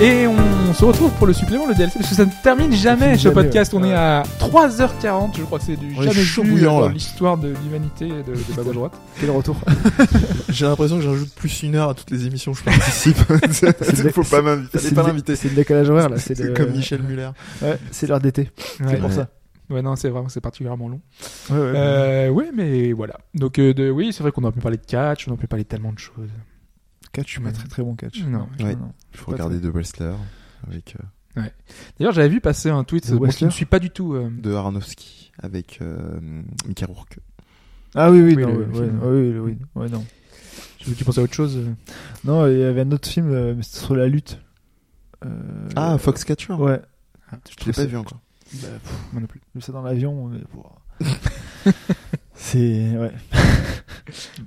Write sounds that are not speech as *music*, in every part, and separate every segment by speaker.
Speaker 1: Et on se retrouve pour le supplément, le DLC, parce que ça ne termine jamais ce podcast. On est à 3h40, je crois que c'est du
Speaker 2: On est
Speaker 1: jamais
Speaker 2: chaud
Speaker 1: vu
Speaker 2: bouillant,
Speaker 1: dans
Speaker 2: là.
Speaker 1: l'histoire de l'humanité et de, de Baba
Speaker 2: *laughs*
Speaker 1: Droite.
Speaker 3: Quel retour
Speaker 2: J'ai l'impression que j'ajoute plus une heure à toutes les émissions où je *laughs* participe. Il faut pas m'inviter.
Speaker 3: C'est
Speaker 2: Fallait pas
Speaker 3: le-
Speaker 2: l'inviter.
Speaker 3: C'est le décalage horaire là. C'est
Speaker 2: *laughs* C'est
Speaker 3: le-
Speaker 2: comme Michel Muller.
Speaker 3: Ouais, c'est l'heure d'été.
Speaker 1: Ouais,
Speaker 3: C'est pour ça.
Speaker 1: ouais, non, c'est vraiment, c'est particulièrement long.
Speaker 3: Ouais, ouais.
Speaker 1: Euh, ouais, mais voilà. Donc, euh, de, oui, c'est vrai qu'on aurait pu parler de catch, on aurait pu parler de tellement de choses.
Speaker 3: Catch, je suis pas très très bon catch.
Speaker 1: Non.
Speaker 2: Ouais.
Speaker 3: non.
Speaker 2: Il faut regarder The Wrestler avec euh,
Speaker 1: D'ailleurs, j'avais vu passer un tweet,
Speaker 3: The
Speaker 1: euh, bon, je
Speaker 3: Wrestler
Speaker 1: ne suis pas du tout. euh,
Speaker 2: de Aronofsky avec euh, Mickey Rourke.
Speaker 3: Ah oui, oui,
Speaker 1: Oui,
Speaker 3: non,
Speaker 1: le
Speaker 3: ouais, ouais,
Speaker 1: film.
Speaker 3: ouais, oui, le- oui, ouais, non.
Speaker 1: tu tu pensais à autre chose euh
Speaker 3: Non, il y avait un autre film euh, mais c'était sur la lutte. Euh,
Speaker 2: Ah, Foxcatcher.
Speaker 3: Ouais.
Speaker 2: Je l'ai pas vu encore.
Speaker 3: Bah, pff,
Speaker 1: Moi non plus.
Speaker 3: J'ai vu ça dans l'avion. mais, pff. C'est ouais.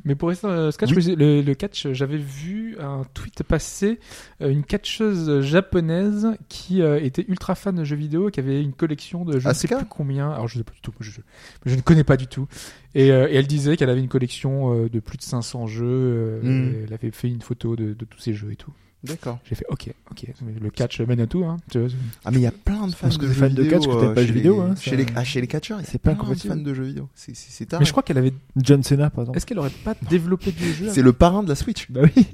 Speaker 1: Mais pour rester dans le catch,
Speaker 2: Oui.
Speaker 1: oui, le, le catch, euh, j'avais vu un tweet passer, euh, une catcheuse japonaise qui euh, était ultra fan de jeux vidéo, et qui avait une collection de je ne sais
Speaker 2: Asuka
Speaker 1: plus combien, alors je ne sais pas du tout, je, je- je ne connais pas du tout, et, euh, et elle disait qu'elle avait une collection euh, de plus de 500 jeux, euh,
Speaker 2: Mm.
Speaker 1: et elle avait fait une photo de, de tous ces jeux et tout.
Speaker 2: D'accord.
Speaker 1: J'ai fait ok, ok, le catch mène à tout, hein, tu vois, c'est-
Speaker 2: Ah mais il y a plein de fans
Speaker 3: Parce que
Speaker 2: de
Speaker 3: t'es
Speaker 2: jeux
Speaker 3: fan de
Speaker 2: vidéo.
Speaker 3: catch, que t'es
Speaker 2: euh,
Speaker 3: pas
Speaker 2: chez
Speaker 3: jeu
Speaker 2: les-
Speaker 3: vidéo, hein,
Speaker 2: Chez
Speaker 3: ça-
Speaker 2: les ah, chez les catcheurs, il y
Speaker 3: c'est
Speaker 2: a
Speaker 3: pas
Speaker 2: plein de
Speaker 3: incompatible.
Speaker 2: fans de jeux vidéo. C'est c'est- c'est
Speaker 1: Mais
Speaker 2: taré.
Speaker 1: je crois qu'elle avait.
Speaker 3: John Cena
Speaker 1: *laughs*
Speaker 3: par exemple.
Speaker 1: Est-ce qu'elle aurait pas développé du jeu
Speaker 2: C'est le parrain de la Switch.
Speaker 3: Bah *laughs* oui.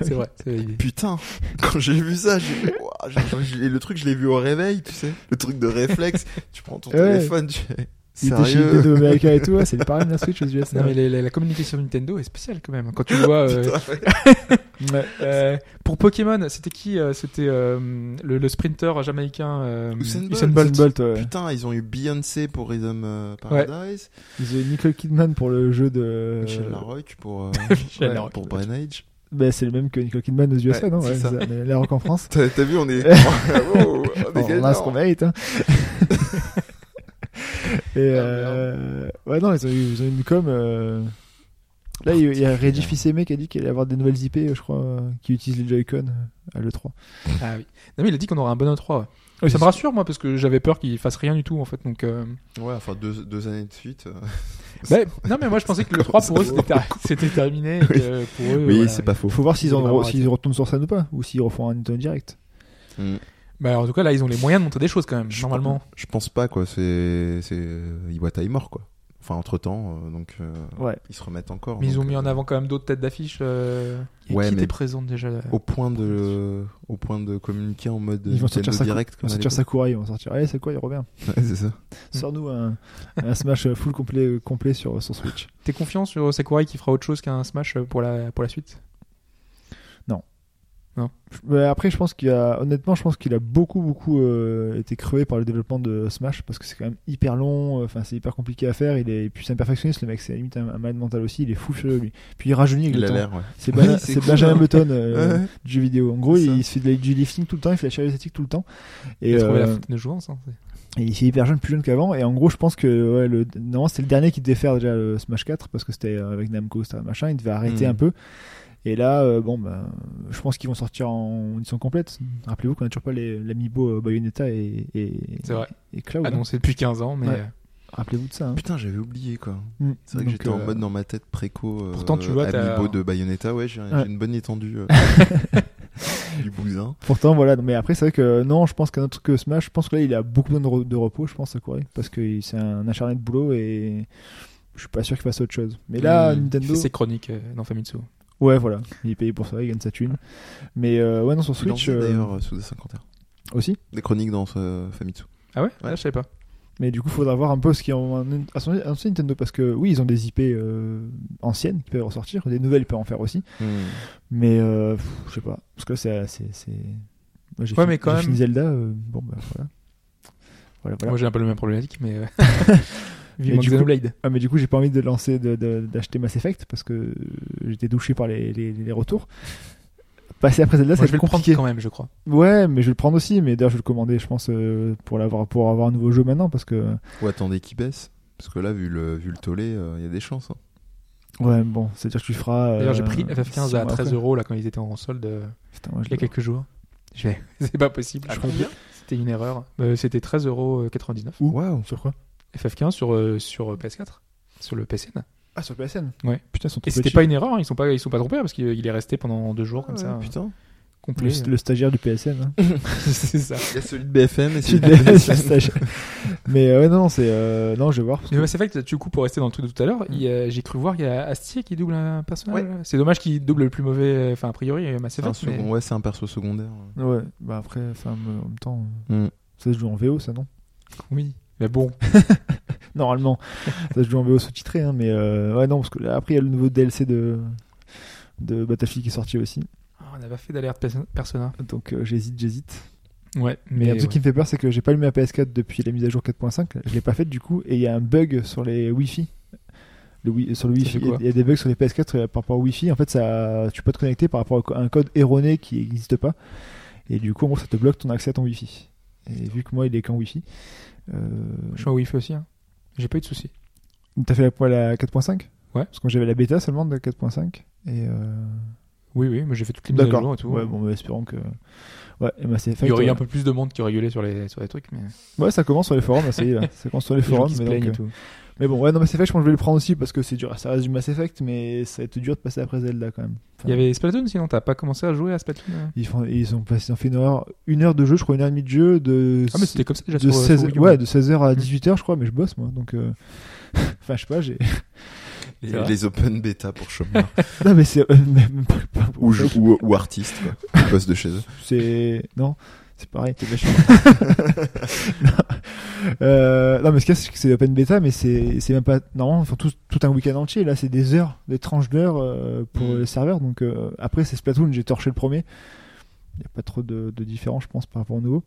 Speaker 1: C'est vrai. c'est-
Speaker 2: *laughs* Putain, quand j'ai vu ça, j'ai fait, Ouah, j'ai- j'ai- j'ai- le truc, je l'ai vu au réveil, tu sais, le truc de réflexe. tu prends ton
Speaker 3: Ouais.
Speaker 2: téléphone, tu fais,
Speaker 3: Il était chez
Speaker 2: sérieux.
Speaker 3: Nintendo America et tout. ouais, c'est les parrain de la Switch aux US.
Speaker 1: Non, mais
Speaker 3: ouais.
Speaker 1: la, la- la communication Nintendo est spéciale quand même. Quand tu
Speaker 2: *laughs*
Speaker 1: vois. euh,
Speaker 2: Putain, ouais.
Speaker 3: Ouais.
Speaker 1: Euh, pour Pokémon, c'était qui euh, C'était euh, le, le sprinter jamaïcain euh,
Speaker 2: Usain Bolt.
Speaker 3: Usain Bolt. ouais.
Speaker 2: Putain, ils ont eu Beyoncé pour Rhythm euh, Paradise,
Speaker 3: Ils ont eu Nicole Kidman pour le jeu de.
Speaker 2: Michel Larocque pour, euh,
Speaker 1: Michel
Speaker 2: ouais,
Speaker 1: Larocque.
Speaker 2: pour Brain Age.
Speaker 3: Bah, c'est le même que Nicole Kidman aux USA,
Speaker 2: Ouais,
Speaker 3: non
Speaker 2: c'est
Speaker 3: ouais,
Speaker 2: ça.
Speaker 3: c'est ça. Mais la rock en
Speaker 2: *laughs*
Speaker 3: France.
Speaker 2: T'as t'as vu, on est. Oh, on est
Speaker 3: on a ce qu'on
Speaker 2: gagnants.
Speaker 3: mérite.
Speaker 2: *laughs*
Speaker 3: Hein. Et
Speaker 1: Ah,
Speaker 3: euh... ouais, non, ils ont eu, ils ont eu une com. euh, Là, il y a-
Speaker 2: Ah,
Speaker 3: il y a Reggie Fils-Aimé qui a dit qu'il allait y avoir des nouvelles IP, je crois, euh, qui utilisent les Joy-Con euh, à l'E3.
Speaker 1: Ah oui. Non mais il a dit qu'on aurait un bon 3 Ça me rassure moi parce que j'avais peur qu'il fasse rien du tout en fait. Donc euh,
Speaker 2: Ouais, enfin deux, deux années de suite. euh,
Speaker 1: bah, non mais moi je pensais que
Speaker 2: *laughs*
Speaker 1: le 3 pour eux c'était ter- c'était terminé. et que pour eux,
Speaker 2: oui,
Speaker 1: voilà.
Speaker 2: c'est pas faux.
Speaker 3: Faut voir s'ils en
Speaker 1: Il va
Speaker 3: re-
Speaker 1: arrêter.
Speaker 3: s'ils retournent sur scène ou pas, ou s'ils refont un Nintendo Direct.
Speaker 1: Bah, alors, en tout cas là ils ont les moyens de monter des choses quand même.
Speaker 2: Je
Speaker 1: normalement.
Speaker 2: Je pense pas, quoi. C'est. c'est, euh, Iwata est mort, quoi. Enfin, entre temps, donc. euh,
Speaker 3: Ouais.
Speaker 2: Ils se remettent encore.
Speaker 1: Mais ils
Speaker 2: donc,
Speaker 1: ont mis
Speaker 2: euh,
Speaker 1: en avant quand même d'autres têtes d'affiche. Euh... et
Speaker 2: Ouais,
Speaker 1: qui
Speaker 2: mais- Oh.
Speaker 1: était présente déjà là
Speaker 2: Au point de, au point de communiquer en mode
Speaker 3: Ils vont sortir
Speaker 2: Nintendo
Speaker 3: ça-
Speaker 2: direct.
Speaker 3: On
Speaker 2: comme
Speaker 3: va
Speaker 2: à
Speaker 3: sortir
Speaker 2: l'époque.
Speaker 3: Sakurai, on va sortir. Allez, Sakurai, Robert.
Speaker 2: Ouais, c'est ça.
Speaker 3: Sors-nous un, un Smash full complet, euh, complet sur, sur Switch.
Speaker 1: T'es confiant sur Sakurai qui fera autre chose qu'un Smash euh, pour la pour la suite
Speaker 3: Mais après, je pense qu'il a, honnêtement, je pense qu'il a beaucoup, beaucoup euh, été crevé par le développement de Smash parce que c'est quand même hyper long, euh, enfin, c'est hyper compliqué à faire. Il est, et puis c'est un perfectionniste, le mec, c'est limite un, un malade mental aussi. Il est fou furieux, lui. Puis il rajeunit avec
Speaker 2: Il
Speaker 3: le
Speaker 2: a
Speaker 3: temps.
Speaker 2: l'air, ouais.
Speaker 3: C'est
Speaker 2: *laughs* Oui,
Speaker 3: Bana-
Speaker 2: c'est
Speaker 3: c'est
Speaker 2: cool,
Speaker 3: Benjamin
Speaker 2: hein.
Speaker 3: Button euh,
Speaker 2: Ouais.
Speaker 3: du jeu vidéo. En gros,
Speaker 2: C'est ça.
Speaker 3: il se fait de la- du lifting tout le temps, il fait de la chirurgie esthétique tout le temps.
Speaker 1: Il
Speaker 3: Et,
Speaker 1: a trouvé la
Speaker 3: euh,
Speaker 1: fontaine de jouvence. hein, c'est-
Speaker 3: et il est hyper jeune, plus jeune qu'avant. Et en gros, je pense que ouais, le, normalement, c'était le dernier qui devait faire déjà le Smash 4 parce que c'était euh, avec Namco, c'était un machin. Il devait arrêter
Speaker 2: Mm.
Speaker 3: un peu. Et là, euh, bon, ben, je pense qu'ils vont sortir en édition complète. Rappelez-vous qu'on n'a toujours pas les- l'amiibo euh, Bayonetta et, et,
Speaker 1: C'est vrai.
Speaker 3: et
Speaker 2: Oh,
Speaker 3: Cloud. hein.
Speaker 1: Annoncé depuis 15 ans mais.
Speaker 3: Ouais.
Speaker 1: euh,
Speaker 3: Rappelez-vous de ça. hein.
Speaker 2: Putain, j'avais oublié quoi.
Speaker 3: Mm.
Speaker 2: C'est vrai que
Speaker 3: Donc,
Speaker 2: j'étais en
Speaker 3: euh,
Speaker 2: mode dans ma tête préco. euh,
Speaker 1: Pourtant, tu vois, t'as-
Speaker 2: Amiibo de Bayonetta, ouais, j'ai j'ai
Speaker 3: Ouais.
Speaker 2: une bonne étendue euh, du bousin.
Speaker 3: Pourtant, voilà. Non, Mais après, c'est vrai que euh, non, je pense qu'un autre que Smash, je pense que là, il a beaucoup besoin de, re- de repos, je pense, Sakurai. Parce que il- c'est un acharné de boulot et je suis pas sûr qu'il fasse autre chose. Mais là,
Speaker 2: Mm.
Speaker 1: Il
Speaker 3: Nintendo.
Speaker 1: fait ses chroniques euh, dans Famitsu.
Speaker 3: Ouais, voilà. Il est payé pour ça, il gagne sa thune. Mais euh, ouais, non, sur
Speaker 2: Il en
Speaker 3: Switch
Speaker 2: fait,
Speaker 3: euh,
Speaker 2: d'ailleurs euh, sous des 50 heures.
Speaker 3: aussi.
Speaker 2: Des chroniques dans euh, Famitsu.
Speaker 1: Ah ouais,
Speaker 2: Ouais.
Speaker 1: Là, Je savais pas.
Speaker 3: Mais du coup, faudra voir un peu ce qu'ils ont annoncé annoncé Nintendo parce que oui, ils ont des IP euh, anciennes qui peuvent ressortir, des nouvelles peuvent en faire aussi. Mais euh, pff, je sais pas, parce que là, c'est c'est- c'est- Moi, j'ai
Speaker 1: Ouais,
Speaker 3: fini-
Speaker 1: mais quand
Speaker 3: j'ai
Speaker 1: même-
Speaker 3: fini Zelda. euh, bon, bah voilà. Voilà, voilà.
Speaker 1: Moi j'ai un peu le même problématique, mais. euh,
Speaker 3: Et
Speaker 1: Vivement
Speaker 3: du coup-
Speaker 1: Xenoblade.
Speaker 3: Ah, *laughs* mais du coup, j'ai pas envie de lancer, de- de- d'acheter Mass Effect parce que euh, j'étais douché par les, les, les retours. Passer après Zelda,
Speaker 1: Moi,
Speaker 3: ça
Speaker 1: je vais
Speaker 3: va être
Speaker 1: le prendre
Speaker 3: compliqué. Euh,
Speaker 1: quand même, je crois.
Speaker 3: Ouais, mais je vais le prendre aussi. Mais d'ailleurs, je vais le commander, je pense, euh, pour, l'avoir- pour avoir un nouveau jeu maintenant parce que.
Speaker 2: Ou attendez qu'il baisse. Parce que là, vu le, vu le tollé, euh, il y a des chances. hein.
Speaker 3: Ouais, bon, c'est-à-dire que tu feras.
Speaker 1: D'ailleurs,
Speaker 3: euh,
Speaker 1: j'ai pris FF15
Speaker 3: six
Speaker 1: à
Speaker 3: mois
Speaker 1: 13
Speaker 3: après.
Speaker 1: euros là quand ils étaient en solde euh,
Speaker 3: Putain, moi, je
Speaker 1: il y a
Speaker 3: l'ai-
Speaker 1: quelques jours. Je vais. *laughs* C'est pas possible.
Speaker 3: Ah
Speaker 1: je crois. C'était une erreur. Euh, C'était 13,99€
Speaker 3: Ouh.
Speaker 2: Waouh.
Speaker 3: Sur quoi
Speaker 1: FF15 sur, euh, sur euh, PS4. Sur le PSN.
Speaker 3: Ah, sur PSN
Speaker 1: Ouais.
Speaker 3: Putain, ils sont
Speaker 1: Et c'était pas une erreur, hein, ils sont pas ils sont pas trompés hein, parce qu'il il est resté pendant deux jours comme
Speaker 2: Ouais,
Speaker 1: ça. euh,
Speaker 2: Putain.
Speaker 1: complet.
Speaker 3: Ah Le, le stagiaire du PSN. hein.
Speaker 1: *laughs* c'est ça.
Speaker 2: Il y a celui de BFM et
Speaker 3: Tu
Speaker 2: celui
Speaker 3: *laughs*
Speaker 2: de
Speaker 3: le
Speaker 2: BFM.
Speaker 3: stagiaire. Mais euh, ouais, non, c'est. euh, non, je vais voir. parce que-
Speaker 1: Mais Mass Effect, du coup, pour rester dans le truc de tout à l'heure, il y a- j'ai cru voir il y a Astier qui double un personnage.
Speaker 2: Ouais.
Speaker 1: C'est dommage qu'il double le plus mauvais, enfin, a priori, euh, Mass
Speaker 2: C'est un
Speaker 1: Effect. mais-
Speaker 2: second- Ouais, c'est un perso secondaire. ouais.
Speaker 3: Ouais, bah après, enfin, euh, en même temps,
Speaker 2: Mm.
Speaker 3: ça se joue en VO, ça non
Speaker 1: Oui. Mais bon,
Speaker 3: Normalement, *laughs* ça se joue en VO sous-titré, hein, mais euh, ouais, non, parce que là, après, il y a le nouveau DLC de, de Battlefield qui est sorti aussi.
Speaker 1: Ah, on n'a pas fait d'alerte perso- Persona.
Speaker 3: Donc euh, j'hésite, j'hésite.
Speaker 1: Ouais,
Speaker 3: Mais
Speaker 1: mais.
Speaker 3: un truc
Speaker 1: ouais.
Speaker 3: qui me fait peur, c'est que j'ai pas allumé ma PS4 depuis la mise à jour 4.5. Je l'ai pas faite du coup, et il y a un bug sur les Wi-Fi. Le wi- sur le Wi-Fi,
Speaker 1: fait
Speaker 3: il y a-
Speaker 1: quoi
Speaker 3: il y a des bugs sur les PS4 euh, par rapport au Wi-Fi. En fait, ça, tu peux pas te connecter par rapport à un code erroné qui n'existe pas. Et du coup, en gros, ça te bloque ton accès à ton Wi-Fi. Et vu que moi, il est qu'en Wi-Fi. Euh,
Speaker 1: Je suis en Wi-Fi aussi. hein. J'ai pas eu de soucis.
Speaker 3: T'as fait la, la 4.5
Speaker 1: Ouais.
Speaker 3: Parce que j'avais la bêta seulement de 4.5. Et euh,
Speaker 1: Oui, oui, mais j'ai fait toutes les mises à
Speaker 3: D'accord.
Speaker 1: jour et tout.
Speaker 3: Ouais, bon, mais espérons que. Ouais, et bah, c'est
Speaker 1: Il y aurait eu
Speaker 3: ouais.
Speaker 1: un peu plus de monde qui aurait gueulé sur les, sur les trucs, mais.
Speaker 3: Ouais, ça commence sur les forums, là, ça y est, là. ça commence sur les
Speaker 1: Les gens
Speaker 3: forums.
Speaker 1: qui se
Speaker 3: mais
Speaker 1: plaignent
Speaker 3: donc, euh,
Speaker 1: et tout.
Speaker 3: Mais bon, ouais, non, Mass Effect, je pense que je vais le prendre aussi parce que c'est dur. Ça reste du Mass Effect, mais ça va être dur de passer après Zelda quand même.
Speaker 1: Il y avait Splatoon, sinon t'as pas commencé à jouer à Splatoon euh
Speaker 3: Ils, font, ils, ont passé, ils ont fait une heure, une heure de jeu, je crois, une heure et demie de jeu. De,
Speaker 1: Ah, mais c'était comme ça déjà
Speaker 3: de
Speaker 1: sur,
Speaker 3: 16,
Speaker 1: sur Wii U.
Speaker 3: ouais, de 16h à
Speaker 1: Mm.
Speaker 3: 18h, je crois, mais je bosse moi. Donc, euh, *laughs* enfin, je sais pas, j'ai. *laughs*
Speaker 2: Et
Speaker 1: C'est vrai.
Speaker 2: les open bêta pour chômeurs.
Speaker 3: non, mais c'est. euh, même pas- pas-
Speaker 2: ou, je- ou, ou artistes, quoi. Ils bossent de chez eux.
Speaker 3: C'est. Non, c'est pareil. *laughs* non. Euh, non, mais ce qu'il y a, c'est que c'est open beta, mais c'est c'est même pas. Normalement, ils font tout, tout un week-end entier. Là, c'est des heures, des tranches d'heures euh, pour
Speaker 2: Mm.
Speaker 3: les serveurs. Donc, euh, après, c'est Splatoon, j'ai torché le premier. Il n'y a pas trop de, de différence, je pense, par rapport au nouveau.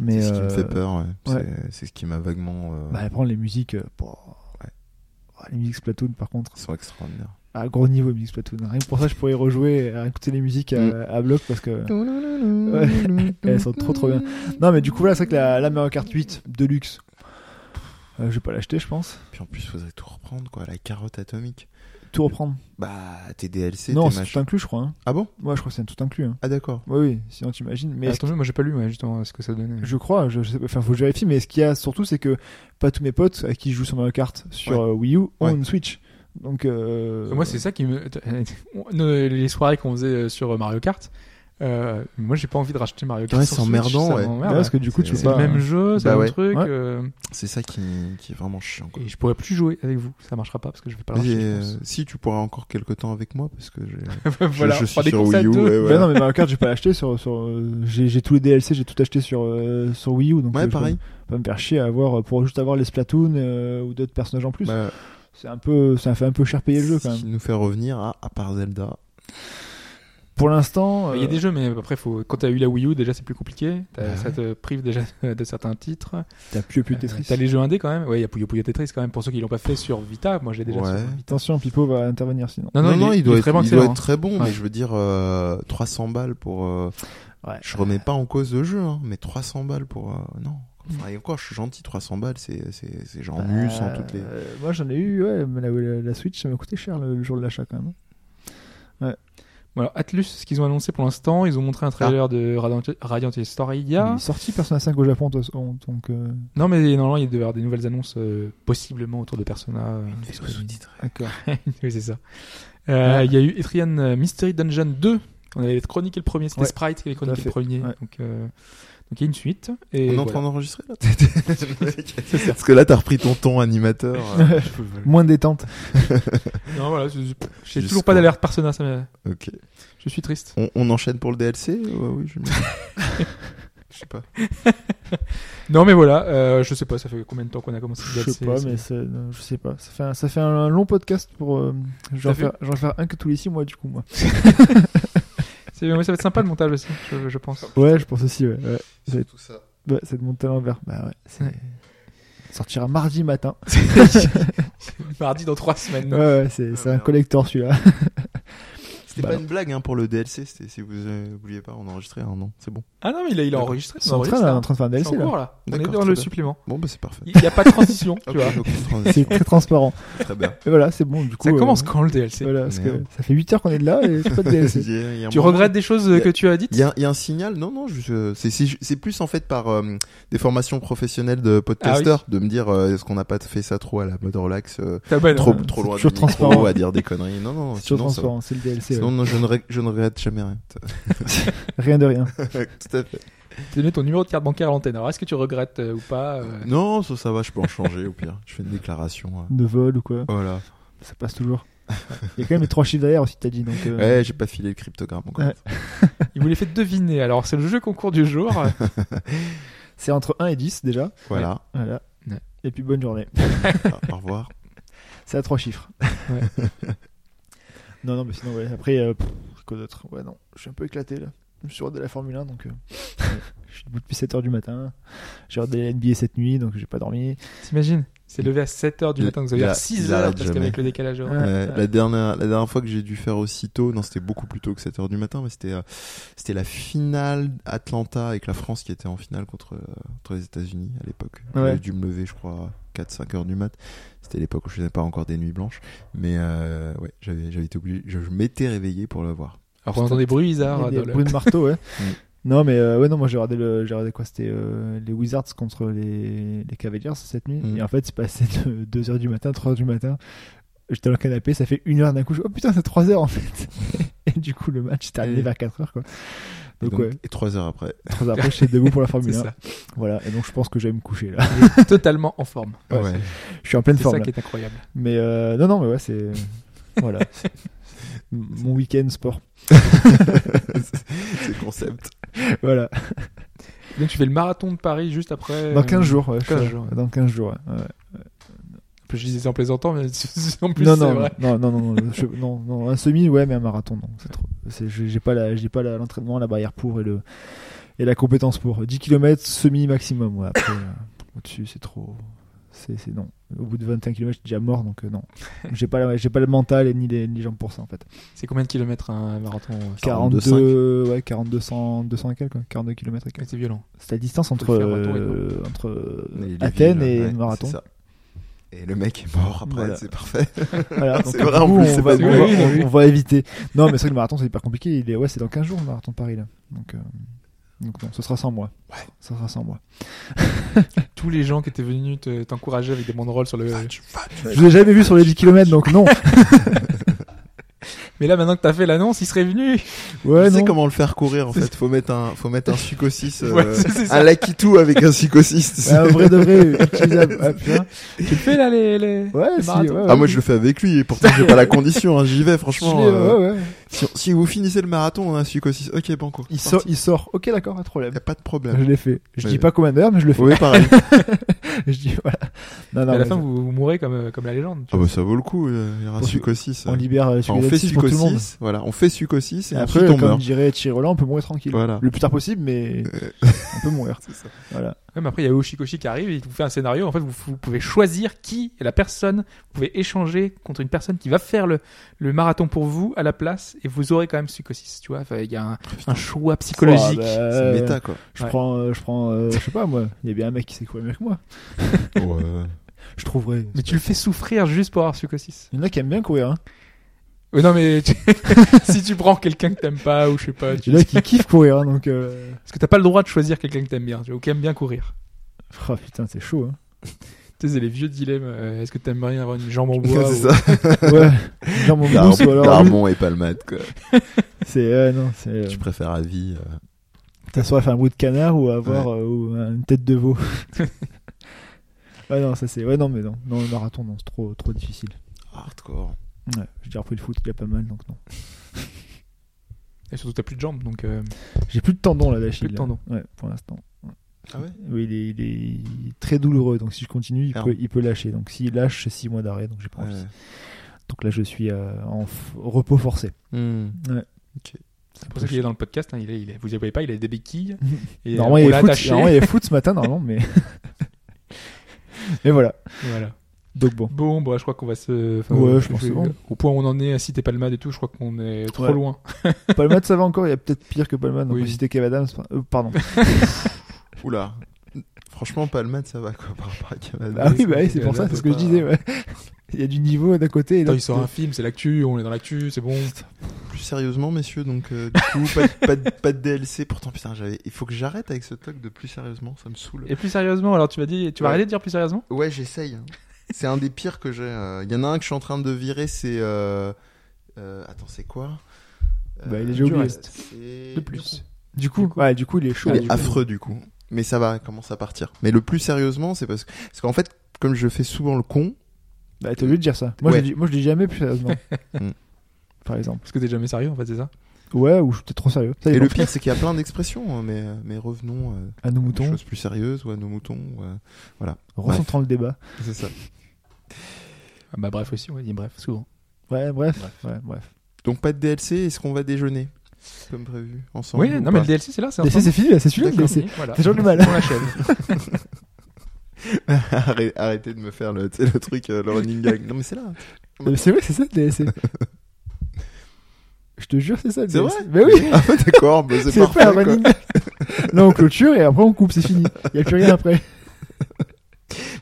Speaker 3: Mais.
Speaker 2: C'est ce qui me
Speaker 3: euh,
Speaker 2: fait peur. ouais. C'est-
Speaker 3: ouais.
Speaker 2: C'est ce qui m'a vaguement. euh,
Speaker 3: Bah, prendre les musiques. euh, pour- Oh, Les musiques Splatoon, par contre,
Speaker 2: Ils sont extraordinaires.
Speaker 3: à gros niveau, les musiques Splatoon. Rien que pour ça, je pourrais rejouer, euh, écouter les musiques à,
Speaker 2: Mm.
Speaker 3: à bloc parce
Speaker 1: Ah,
Speaker 3: que. Elles sont trop, trop bien. Non, mais du coup, là, c'est vrai que la, la Mario Kart 8 Deluxe, euh, je vais pas l'acheter, je pense.
Speaker 2: Puis en plus, faudrait tout reprendre, quoi. La carotte atomique.
Speaker 3: Tout reprendre.
Speaker 2: Bah, tes DLC,
Speaker 3: non,
Speaker 2: tes
Speaker 3: c'est tout
Speaker 2: machins.
Speaker 3: inclus, je crois. Hein.
Speaker 2: Ah bon
Speaker 3: Ouais, je crois que c'est tout inclus. Hein.
Speaker 2: Ah, d'accord.
Speaker 3: Ouais, oui, sinon t'imagines. Mais
Speaker 1: Ah,
Speaker 3: ce-
Speaker 1: attends, moi j'ai pas lu ouais, justement ce que ça donnait.
Speaker 3: je crois, je, je sais pas, enfin, faut que je vérifie, mais ce qu'il y a surtout, c'est que pas tous mes potes à qui je joue sur Mario Kart sur
Speaker 2: Ouais.
Speaker 3: euh, Wii U ont
Speaker 2: Ouais.
Speaker 3: une Switch. Donc, euh,
Speaker 1: Moi, c'est ça qui me. *laughs* Nos- Les soirées qu'on faisait sur euh, Mario Kart, euh, moi, j'ai pas envie de racheter Mario Kart.
Speaker 2: Ouais,
Speaker 1: sur
Speaker 2: c'est
Speaker 1: Switch,
Speaker 2: emmerdant,
Speaker 1: ça
Speaker 2: ouais.
Speaker 3: Ouais,
Speaker 1: m'emmerde.
Speaker 3: parce que du coup,
Speaker 2: hein. C'est-
Speaker 3: tu peux
Speaker 1: C'est
Speaker 3: pas.
Speaker 1: le même jeu, c'est
Speaker 2: Bah
Speaker 1: le
Speaker 2: ouais.
Speaker 1: même truc.
Speaker 3: Ouais.
Speaker 1: euh,
Speaker 2: C'est ça qui, qui est vraiment chiant, quoi.
Speaker 1: et je pourrais plus jouer avec vous. Ça marchera pas parce que je vais pas le
Speaker 2: Mais,
Speaker 1: racheter.
Speaker 2: euh,
Speaker 1: je
Speaker 2: si tu pourras encore quelques temps avec moi, parce que j'ai-
Speaker 1: pense. *laughs* voilà,
Speaker 2: je, je
Speaker 1: on fera des
Speaker 2: suis sur
Speaker 1: courses à
Speaker 2: Wii U.
Speaker 1: deux.
Speaker 2: ouais,
Speaker 3: Bah
Speaker 2: voilà.
Speaker 3: non, mais Mario Kart, j'ai pas acheté sur. sur euh, j'ai j'ai tous les DLC, j'ai tout acheté sur, euh, sur Wii U. Donc, euh, je
Speaker 2: Ouais,
Speaker 3: peux
Speaker 2: pareil.
Speaker 3: pas me faire chier à avoir, pour juste avoir les Splatoon euh, ou d'autres personnages en plus.
Speaker 2: Bah,
Speaker 3: C'est un peu, ça fait un peu cher payer le jeu quand
Speaker 2: ce
Speaker 3: même.
Speaker 2: qui nous fait revenir à, à part Zelda.
Speaker 3: Pour l'instant,
Speaker 1: Il y a
Speaker 3: euh,
Speaker 1: des jeux, mais après, faut... quand t'as eu la Wii U, déjà, c'est plus compliqué. T'as-
Speaker 2: Bah
Speaker 1: ça te prive déjà de certains titres.
Speaker 3: t'as plus plus de
Speaker 1: Euh,
Speaker 3: Tetris.
Speaker 1: T'as les jeux indés quand même. Ouais, il y a Puyo Puyo Tetris quand même. Pour ceux qui l'ont pas fait sur Vita, moi, je l'ai déjà
Speaker 2: Ouais.
Speaker 1: sur Vita.
Speaker 3: Attention, Pipo va intervenir sinon.
Speaker 1: Non, non, il, est- il
Speaker 2: doit,
Speaker 1: est
Speaker 2: être,
Speaker 1: vraiment
Speaker 2: il doit
Speaker 1: excellent.
Speaker 2: être très bon, mais
Speaker 1: hein. Ouais.
Speaker 2: je veux dire, euh, 300 balles pour. euh,
Speaker 3: Ouais.
Speaker 2: Je remets pas en cause le jeu, hein, mais 300 balles pour. euh, non. Enfin, et encore, je suis gentil, 300 balles, c'est, c'est, c'est genre mus en toutes les.
Speaker 3: Bah, Euh, Moi, j'en ai eu, ouais, mais la, la- la Switch, ça m'a coûté cher le, le jour de l'achat quand même.
Speaker 1: Bon, alors, Atlus, ce qu'ils ont annoncé pour l'instant, ils ont montré un trailer
Speaker 3: Ah.
Speaker 1: de Radiant- Radiant Historia.
Speaker 3: Il est sorti Persona 5 au Japon, de toute façon, donc euh,
Speaker 1: Non, mais normalement, il doit y avoir des nouvelles annonces euh, possiblement autour de Persona. euh,
Speaker 3: *laughs*
Speaker 2: Les
Speaker 1: parce que-
Speaker 2: sous-titres.
Speaker 3: d'accord.
Speaker 1: oui, c'est ça. Euh,
Speaker 3: Ouais.
Speaker 1: Il y a eu Etrian euh, Mystery Dungeon 2. On avait chroniqué le premier, c'était
Speaker 3: Ouais,
Speaker 1: Sprite qui avait chroniqué
Speaker 3: tout
Speaker 1: le
Speaker 3: à fait,
Speaker 1: premier.
Speaker 3: ouais.
Speaker 1: Donc, euh, donc il y a une suite.
Speaker 2: On
Speaker 1: Et
Speaker 2: est en
Speaker 1: voilà.
Speaker 2: train d'enregistrer là Parce que là, t'as repris ton ton animateur. euh,
Speaker 3: Moins détente.
Speaker 1: Non, voilà, je- je- j'ai
Speaker 2: Jusqu'au-
Speaker 1: toujours pas d'alerte Persona, ça m'a-
Speaker 2: ok.
Speaker 1: je suis triste.
Speaker 2: On, on enchaîne pour le DLC Ouais, oui, je... je sais pas.
Speaker 1: Non, mais voilà, euh, je sais pas, ça fait combien de temps qu'on a commencé le
Speaker 3: Je
Speaker 1: DLC,
Speaker 3: sais pas,
Speaker 1: c'est-
Speaker 3: mais c'est- non, je sais pas. Ça fait un, ça fait un long podcast pour. euh, je vais en
Speaker 1: fait-
Speaker 3: faire- je vais en faire un que tous les 6 mois du coup moi.
Speaker 1: c'est- ouais, ça va être sympa le montage aussi, je, je
Speaker 3: *laughs*
Speaker 1: pense. *laughs*
Speaker 3: Ouais, je pense aussi. Ouais, ouais. C'est-
Speaker 2: tout ça.
Speaker 3: Ouais, c'est de mon talent vert. Bah ouais. c'est-
Speaker 1: Ouais.
Speaker 3: Sortira mardi matin.
Speaker 1: Mardi dans trois semaines.
Speaker 3: Ouais, ouais,
Speaker 1: Ah,
Speaker 3: c'est c'est un
Speaker 2: merde.
Speaker 3: collector celui-là.
Speaker 2: C'était
Speaker 3: Bah
Speaker 2: pas
Speaker 3: non.
Speaker 2: une blague hein, pour le DLC, c'était- si vous euh, vouliez pas en enregistrer un, non C'est bon.
Speaker 1: Ah non, mais il a, il a
Speaker 2: D'accord.
Speaker 1: enregistré.
Speaker 3: Ils
Speaker 1: il
Speaker 3: sont
Speaker 1: a
Speaker 3: en train,
Speaker 1: enregistré,
Speaker 3: là,
Speaker 1: hein.
Speaker 3: en train de faire un
Speaker 1: C'est
Speaker 3: DLC
Speaker 1: en
Speaker 3: là.
Speaker 1: cours, là. On est
Speaker 2: D'accord,
Speaker 1: dans
Speaker 2: très
Speaker 1: le
Speaker 2: bien.
Speaker 1: supplément.
Speaker 2: Bon, bah c'est parfait.
Speaker 1: Il n'y a pas de transition, tu
Speaker 2: Ok,
Speaker 1: vois.
Speaker 2: donc,
Speaker 3: *laughs* C'est très transparent.
Speaker 2: très bien.
Speaker 3: *laughs* Et voilà, c'est bon, du coup.
Speaker 1: Ça
Speaker 3: euh,
Speaker 1: commence quand le DLC
Speaker 3: Voilà, parce que
Speaker 2: Merde.
Speaker 3: ça fait 8 heures qu'on est de là et c'est pas
Speaker 2: *laughs*
Speaker 3: de DLC.
Speaker 2: Il y a- il y a un
Speaker 1: Tu
Speaker 2: moment-
Speaker 1: regrettes des choses
Speaker 2: Y a-
Speaker 1: que tu as dites
Speaker 2: il y, a, il y a un signal Non, non, je- je- c'est- c'est c'est plus en fait par euh, des formations professionnelles de podcasteurs de me dire euh, est-ce qu'on n'a pas fait ça trop à la mode relax, euh,
Speaker 1: T'as pas-
Speaker 2: trop,
Speaker 3: non,
Speaker 2: trop
Speaker 3: c'est
Speaker 2: loin du
Speaker 3: toujours
Speaker 2: micro,
Speaker 3: transparent.
Speaker 2: *laughs* à dire des conneries. Non, non,
Speaker 3: C'est toujours
Speaker 2: sinon, ça va.
Speaker 3: transparent, c'est le DLC.
Speaker 2: Sinon, Non, non, je ne, ré- je ne regrette jamais rien.
Speaker 3: Rien de rien.
Speaker 2: *laughs* Tout à fait.
Speaker 1: Tu donné ton numéro de carte bancaire à l'antenne. Alors, est-ce que tu regrettes euh, ou
Speaker 2: Ah
Speaker 1: pas
Speaker 3: *laughs*
Speaker 1: euh,
Speaker 2: Non, ça, ça va, je peux en changer au pire. Je fais une *laughs* déclaration. euh.
Speaker 3: De vol ou quoi.
Speaker 2: Voilà.
Speaker 3: Ça passe toujours. Il y a quand même les trois chiffres derrière aussi, t'as dit. Donc, euh,
Speaker 2: Ouais, Eh, j'ai pas filé le cryptogramme encore.
Speaker 3: Ouais.
Speaker 1: Il vous les fait deviner. Alors, c'est le jeu concours du
Speaker 3: *laughs*
Speaker 1: jour.
Speaker 3: C'est entre 1 et 10 déjà.
Speaker 2: Voilà.
Speaker 3: Voilà.
Speaker 1: Ouais.
Speaker 3: Et puis bonne journée.
Speaker 2: Au revoir.
Speaker 3: C'est à trois chiffres.
Speaker 1: Ouais.
Speaker 3: *laughs* non, non, mais sinon, ouais. Après, euh, pff, quoi d'autre Ouais, non, je suis un peu éclaté là. Je suis hors de la Formule 1, donc euh, ouais. *laughs* je suis debout depuis 7h du matin. J'ai regardé la NBA cette nuit, donc j'ai pas dormi.
Speaker 1: T'imagines C'est levé à 7h du
Speaker 2: Il-
Speaker 1: matin, vous
Speaker 2: il
Speaker 1: avez
Speaker 2: a-
Speaker 1: 6
Speaker 2: il
Speaker 1: heures
Speaker 2: arrête
Speaker 1: parce
Speaker 2: jamais.
Speaker 1: qu'avec le décalage horaire.
Speaker 3: Ouais,
Speaker 2: Euh,
Speaker 3: ouais.
Speaker 2: La, dernière, la dernière fois que j'ai dû faire aussi tôt, non, c'était beaucoup plus tôt que 7h du matin, mais c'était euh, c'était la finale Atlanta avec la France qui était en finale contre, euh, contre les États-Unis à l'époque.
Speaker 3: Ouais.
Speaker 2: J'ai dû me lever, je crois, 4-5 heures du mat. C'était l'époque où je faisais pas encore des nuits blanches, mais euh, ouais, j'avais j'avais été obligé, je, je m'étais réveillé pour le voir.
Speaker 1: Alors, on entend des bruits bizarres.
Speaker 3: Il y a
Speaker 1: dans
Speaker 3: des
Speaker 1: le-
Speaker 3: bruits de marteau,
Speaker 1: *laughs*
Speaker 3: ouais.
Speaker 2: Mm.
Speaker 3: Non, mais euh, ouais, non, moi j'ai regardé, le, j'ai regardé quoi C'était euh, les Wizards contre les, les Cavaliers cette nuit.
Speaker 2: Mm.
Speaker 3: Et en fait, c'est passé de *laughs* 2h du matin, 3h du matin. J'étais dans le canapé, ça fait une heure d'un coup. je- Oh putain, c'est 3h en fait. *laughs* et du coup, le match c'était arrivé
Speaker 2: Et-
Speaker 3: vers 4h quoi.
Speaker 2: Et
Speaker 3: Donc,
Speaker 2: donc-
Speaker 3: ouais,
Speaker 2: Et 3 heures après.
Speaker 1: *laughs*
Speaker 3: 3h après, j'étais debout pour la Formule
Speaker 1: C'est
Speaker 3: 1.
Speaker 1: ça.
Speaker 3: Voilà, et donc je pense que j'allais me coucher là.
Speaker 1: Totalement en forme.
Speaker 3: Ouais, *laughs*
Speaker 2: Ouais.
Speaker 3: Je suis en pleine
Speaker 1: C'est
Speaker 3: forme
Speaker 1: ça
Speaker 3: là.
Speaker 1: qui est incroyable.
Speaker 3: Mais euh, non, non, mais ouais, c'est.
Speaker 1: *laughs*
Speaker 3: voilà. C'est- Mon week-end sport.
Speaker 2: C'est le concept.
Speaker 3: Voilà.
Speaker 1: Donc, tu fais le marathon de Paris juste après.
Speaker 3: Dans
Speaker 1: euh,
Speaker 3: 15 jours. ouais, je
Speaker 1: 15
Speaker 3: suis-
Speaker 1: jours, ouais.
Speaker 3: Dans 15 jours, ouais, ouais.
Speaker 1: Je disais ça en plaisantant, mais *laughs* en plus,
Speaker 3: non,
Speaker 1: c'est
Speaker 3: non,
Speaker 1: vrai.
Speaker 3: non, non, non, non, je- non, non, un semi, ouais, mais un marathon, non. C'est trop. c'est- j'ai j'ai pas la, j'ai pas la- l'entraînement, la barrière pour et le et la compétence pour. 10 km semi maximum. Ouais, après, euh, au-dessus, c'est trop. C'est, c'est non. Au bout de 21 km, j'étais déjà mort, donc
Speaker 1: *laughs*
Speaker 3: euh, non. J'ai pas, la- j'ai pas le mental et ni les, ni les jambes pour ça en fait.
Speaker 1: C'est combien de kilomètres un marathon euh,
Speaker 2: 42,
Speaker 3: 42, ouais, 42, 100, 200 et quelques, quoi, 42 km et
Speaker 1: ouais,
Speaker 3: quelques.
Speaker 1: C'est violent.
Speaker 3: C'est la distance entre,
Speaker 1: Faut le faire retour et
Speaker 3: euh, entre euh,
Speaker 2: Et les
Speaker 3: Athènes
Speaker 2: villes,
Speaker 3: et
Speaker 2: ouais,
Speaker 3: marathon.
Speaker 2: c'est ça. Et le mec est mort après,
Speaker 3: Voilà.
Speaker 2: c'est parfait.
Speaker 3: Voilà, donc
Speaker 2: C'est
Speaker 3: du
Speaker 2: vrai, en
Speaker 3: coup,
Speaker 2: plus,
Speaker 3: on,
Speaker 2: c'est
Speaker 3: va,
Speaker 2: pas hein.
Speaker 3: on
Speaker 1: vrai.
Speaker 3: va-
Speaker 1: Oui, oui, oui.
Speaker 3: on va éviter. Non, mais c'est vrai que le marathon, c'est hyper compliqué. Il est, ouais, c'est dans 15 jours le marathon de Paris, là. Donc, euh, donc bon, ce sera sans moi.
Speaker 2: Ouais.
Speaker 3: Ce sera sans moi.
Speaker 1: *laughs* Tous les gens qui étaient venus te- t'encourager avec des banderoles sur
Speaker 2: Ah,
Speaker 1: le.
Speaker 3: Je l'ai jamais vu sur les 10 km, donc
Speaker 2: *laughs*
Speaker 3: non.
Speaker 1: Mais là, maintenant que t'as fait l'annonce, ils seraient venus.
Speaker 2: *laughs*
Speaker 3: Ouais,
Speaker 2: tu sais
Speaker 3: non.
Speaker 2: comment le faire courir en
Speaker 1: C'est
Speaker 2: fait. Faut mettre un, faut mettre
Speaker 3: *laughs*
Speaker 2: un psychosis, euh,
Speaker 1: Ouais, c'est- c'est ça.
Speaker 2: un lakitu avec un psychosis. tu sais.
Speaker 3: Bah Ouais, un vrai de
Speaker 2: *laughs*
Speaker 3: vrai, utilisable. Ah, putain.
Speaker 1: Tu le fais là, les. les-
Speaker 3: Ouais,
Speaker 1: Le
Speaker 3: si, ouais,
Speaker 1: marathon.
Speaker 3: ouais.
Speaker 2: Ah moi je le fais avec lui et pourtant j'ai pas la condition. hein, J'y vais
Speaker 3: Je
Speaker 2: franchement.
Speaker 3: l'ai,
Speaker 2: euh,
Speaker 3: ouais, ouais.
Speaker 2: si, si vous finissez le marathon, on a un psychosis. Ok banco.
Speaker 3: Il sort, il sort. Ok, d'accord, pas de problème.
Speaker 2: Y a pas de
Speaker 3: Je
Speaker 2: problème.
Speaker 3: l'ai fait. Je
Speaker 2: Ouais.
Speaker 3: dis pas combien d'heures, mais je le fais.
Speaker 2: *laughs* Oui pareil.
Speaker 3: *laughs* Je dis, voilà. Non, non,
Speaker 1: Mais à la
Speaker 3: mais
Speaker 1: fin,
Speaker 3: ça-
Speaker 1: vous, vous mourrez comme, euh, comme la légende. tu
Speaker 2: ah
Speaker 1: vois.
Speaker 2: bah ça vaut le coup. euh, y a un
Speaker 3: On-
Speaker 2: psychosis.
Speaker 3: on
Speaker 2: euh.
Speaker 3: libère euh,
Speaker 2: Enfin, on
Speaker 3: celui
Speaker 2: fait
Speaker 3: d'Alexis pour tout le monde.
Speaker 2: psychosis. Voilà, on fait psychosis et,
Speaker 3: Et
Speaker 2: ensuite
Speaker 3: après,
Speaker 2: on
Speaker 3: comme
Speaker 2: meurt.
Speaker 3: dirait Thierry Roland, on peut mourir tranquille.
Speaker 2: Voilà.
Speaker 3: Le plus tard possible, mais
Speaker 2: Euh,
Speaker 3: on peut
Speaker 2: *laughs*
Speaker 3: mourir.
Speaker 2: c'est ça.
Speaker 3: Voilà.
Speaker 1: Ouais, mais après, il y a Oshikoshi qui arrive et il vous fait un scénario. En fait, vous, vous pouvez choisir qui est la personne. Vous pouvez échanger contre une personne qui va faire le, le marathon pour vous à la place et vous aurez quand même Psychosis. Tu vois, Enfin, il y a un, un choix psychologique.
Speaker 3: Oh, bah,
Speaker 2: C'est
Speaker 3: euh,
Speaker 2: méta quoi.
Speaker 3: *laughs* Je
Speaker 1: Ouais.
Speaker 3: prends, euh, je prends, euh, je sais pas moi. Il y a bien un mec qui sait courir mieux que moi.
Speaker 2: Ouais.
Speaker 3: Je trouverais.
Speaker 1: Mais tu le fais souffrir juste pour avoir Psychosis.
Speaker 3: Il y en a qui aiment bien courir. Hein.
Speaker 1: Ouais, non, mais tu- *laughs* si tu prends quelqu'un que t'aimes pas ou je sais pas, tu...
Speaker 3: Il y en a qui kiffent courir. hein, donc, euh...
Speaker 1: parce que t'as pas le droit de choisir quelqu'un que t'aimes bien tu vois, ou qui aime bien courir.
Speaker 3: oh, putain, c'est chaud. Hein.
Speaker 1: Tu sais, c'est les vieux dilemmes. euh, Est-ce que t'aimes bien avoir une
Speaker 3: *laughs*
Speaker 1: jambe en bois
Speaker 2: c'est
Speaker 1: ou-
Speaker 2: ça.
Speaker 3: *laughs* Ouais. Genre mon
Speaker 2: Gar-
Speaker 3: mousse ou alors.
Speaker 2: Garmon et Palmade quoi.
Speaker 3: C'est euh, non, c'est. Euh,
Speaker 2: Je préfère à vie. euh,
Speaker 3: t'as soit faire un bruit de canard ou avoir euh, ou une tête de *laughs* veau. ouais non, ça c'est. Ouais non, mais non, non le marathon, non, c'est trop, trop difficile.
Speaker 2: Hardcore.
Speaker 3: Ouais. J'ai déjà repris le foot, il y a pas mal, donc non.
Speaker 1: Et surtout, t'as plus de jambes, donc euh,
Speaker 3: J'ai plus de tendon là d'Achille.
Speaker 1: Plus de tendon.
Speaker 3: là. Ouais, pour l'instant.
Speaker 2: Ah ouais.
Speaker 3: Oui, il est, il est- il est très douloureux. Donc si je continue, il,
Speaker 2: Ah.
Speaker 3: peut, il peut lâcher. Donc s'il lâche, c'est 6 mois d'arrêt. Donc j'ai pas envie.
Speaker 2: Ouais.
Speaker 3: Donc là, je suis euh, en f- repos forcé.
Speaker 2: Hmm.
Speaker 1: c'est pour ça qu'il est dans le podcast. hein, il est, il est- vous y voyez pas, il a des béquilles.
Speaker 3: *laughs*
Speaker 1: Et euh, on
Speaker 3: Normalement, il
Speaker 1: l'a
Speaker 3: est foot,
Speaker 1: attaché.
Speaker 3: normalement, il est foot ce matin, normalement, mais. *laughs* mais voilà.
Speaker 1: Voilà.
Speaker 3: Donc bon.
Speaker 1: Bon, bah, je crois qu'on va se. enfin, euh,
Speaker 3: Ouais, je pense que c'est bon.
Speaker 1: Au point où on en est, si t'es Palmade et tout, je crois qu'on est trop
Speaker 3: Ouais.
Speaker 1: loin.
Speaker 3: Palma, ça va encore. Il y a peut-être pire que Palma. Donc
Speaker 1: Oui.
Speaker 3: on peut citer Kev Adams. Euh,
Speaker 1: *laughs*
Speaker 3: pardon.
Speaker 2: Oula. Franchement, Palmade, ça va quoi par rapport à Cavada.
Speaker 3: ah oui, bah,
Speaker 1: Kev
Speaker 3: oui, c'est pour
Speaker 1: Adams,
Speaker 3: ça, c'est ce que je
Speaker 2: pas-
Speaker 3: disais. Ouais. *laughs* il y a du niveau d'un côté et
Speaker 1: Attends,
Speaker 3: l'autre.
Speaker 1: il sort un film, c'est l'actu, on est dans l'actu, c'est bon.
Speaker 2: Plus sérieusement, messieurs, donc euh, du coup, pas, de- pas, de- pas de DLC. Pourtant, putain, j'avais. Il faut que j'arrête avec ce talk de plus sérieusement, ça me saoule.
Speaker 1: Et plus sérieusement, alors tu vas dire, tu vas
Speaker 2: Ouais.
Speaker 1: arrêter de dire plus sérieusement
Speaker 2: Ouais, j'essaye. hein. C'est un des pires que j'ai. Il y en a un que je suis en train de virer, c'est. euh, euh, Attends, c'est quoi
Speaker 3: Bah, il est
Speaker 2: Euh,
Speaker 3: déjà
Speaker 1: du
Speaker 3: oublié.
Speaker 1: reste.
Speaker 2: c'est-
Speaker 1: De plus.
Speaker 3: Du coup, ouais, du coup, il est chaud.
Speaker 2: Il
Speaker 1: Ouais,
Speaker 2: est
Speaker 1: du coup,
Speaker 2: affreux du coup. Mais ça va, commence à partir. Mais le plus sérieusement, c'est parce que, parce qu'en fait, comme je fais souvent le con,
Speaker 3: Bah, t'es obligé de dire ça. Moi,
Speaker 2: Ouais.
Speaker 3: je, dis, moi je dis jamais
Speaker 1: *laughs*
Speaker 3: plus sérieusement.
Speaker 2: Hmm.
Speaker 3: Par exemple.
Speaker 1: Parce que t'es jamais sérieux, en fait, c'est ça
Speaker 3: Ouais, ou je suis peut-être trop sérieux. Ça
Speaker 2: et
Speaker 3: dépend.
Speaker 2: le pire, c'est qu'il y a plein d'expressions. hein, Mais, mais revenons euh,
Speaker 3: À nos
Speaker 2: à des
Speaker 3: moutons,
Speaker 2: choses plus sérieuses ou à nos moutons. ou à-
Speaker 3: recentrant le débat.
Speaker 2: C'est ça.
Speaker 1: Ah Bah, bref aussi, on dit bref, souvent.
Speaker 3: Ouais, bref.
Speaker 1: Bref.
Speaker 3: Ouais, bref.
Speaker 2: Donc pas de DLC. Est-ce qu'on va déjeuner comme prévu ensemble
Speaker 1: Oui,
Speaker 2: ou
Speaker 1: non, mais
Speaker 2: pas
Speaker 1: le
Speaker 2: *laughs*
Speaker 1: DLC, c'est là, c'est
Speaker 3: Mais c'est-
Speaker 1: ensemble.
Speaker 3: c'est fini, là, c'est celui-là.
Speaker 1: D'accord,
Speaker 3: c'est-
Speaker 1: voilà.
Speaker 3: c'est toujours du mal.
Speaker 1: On l'achève.
Speaker 2: Arrêtez, arrêtez de me faire le, tu sais, le truc, euh, le running gag. Non, mais c'est là.
Speaker 3: Mais C'est vrai, c'est ça le *laughs* DLC. Je te jure, c'est ça le
Speaker 2: C'est
Speaker 3: DLC. Mais oui,
Speaker 2: *laughs* Ah, bah, d'accord, bah, c'est
Speaker 3: c'est pas un
Speaker 2: parfait. quoi.
Speaker 3: running gag. Là, on clôture et après on coupe, c'est fini. Il n'y a plus rien *laughs* après.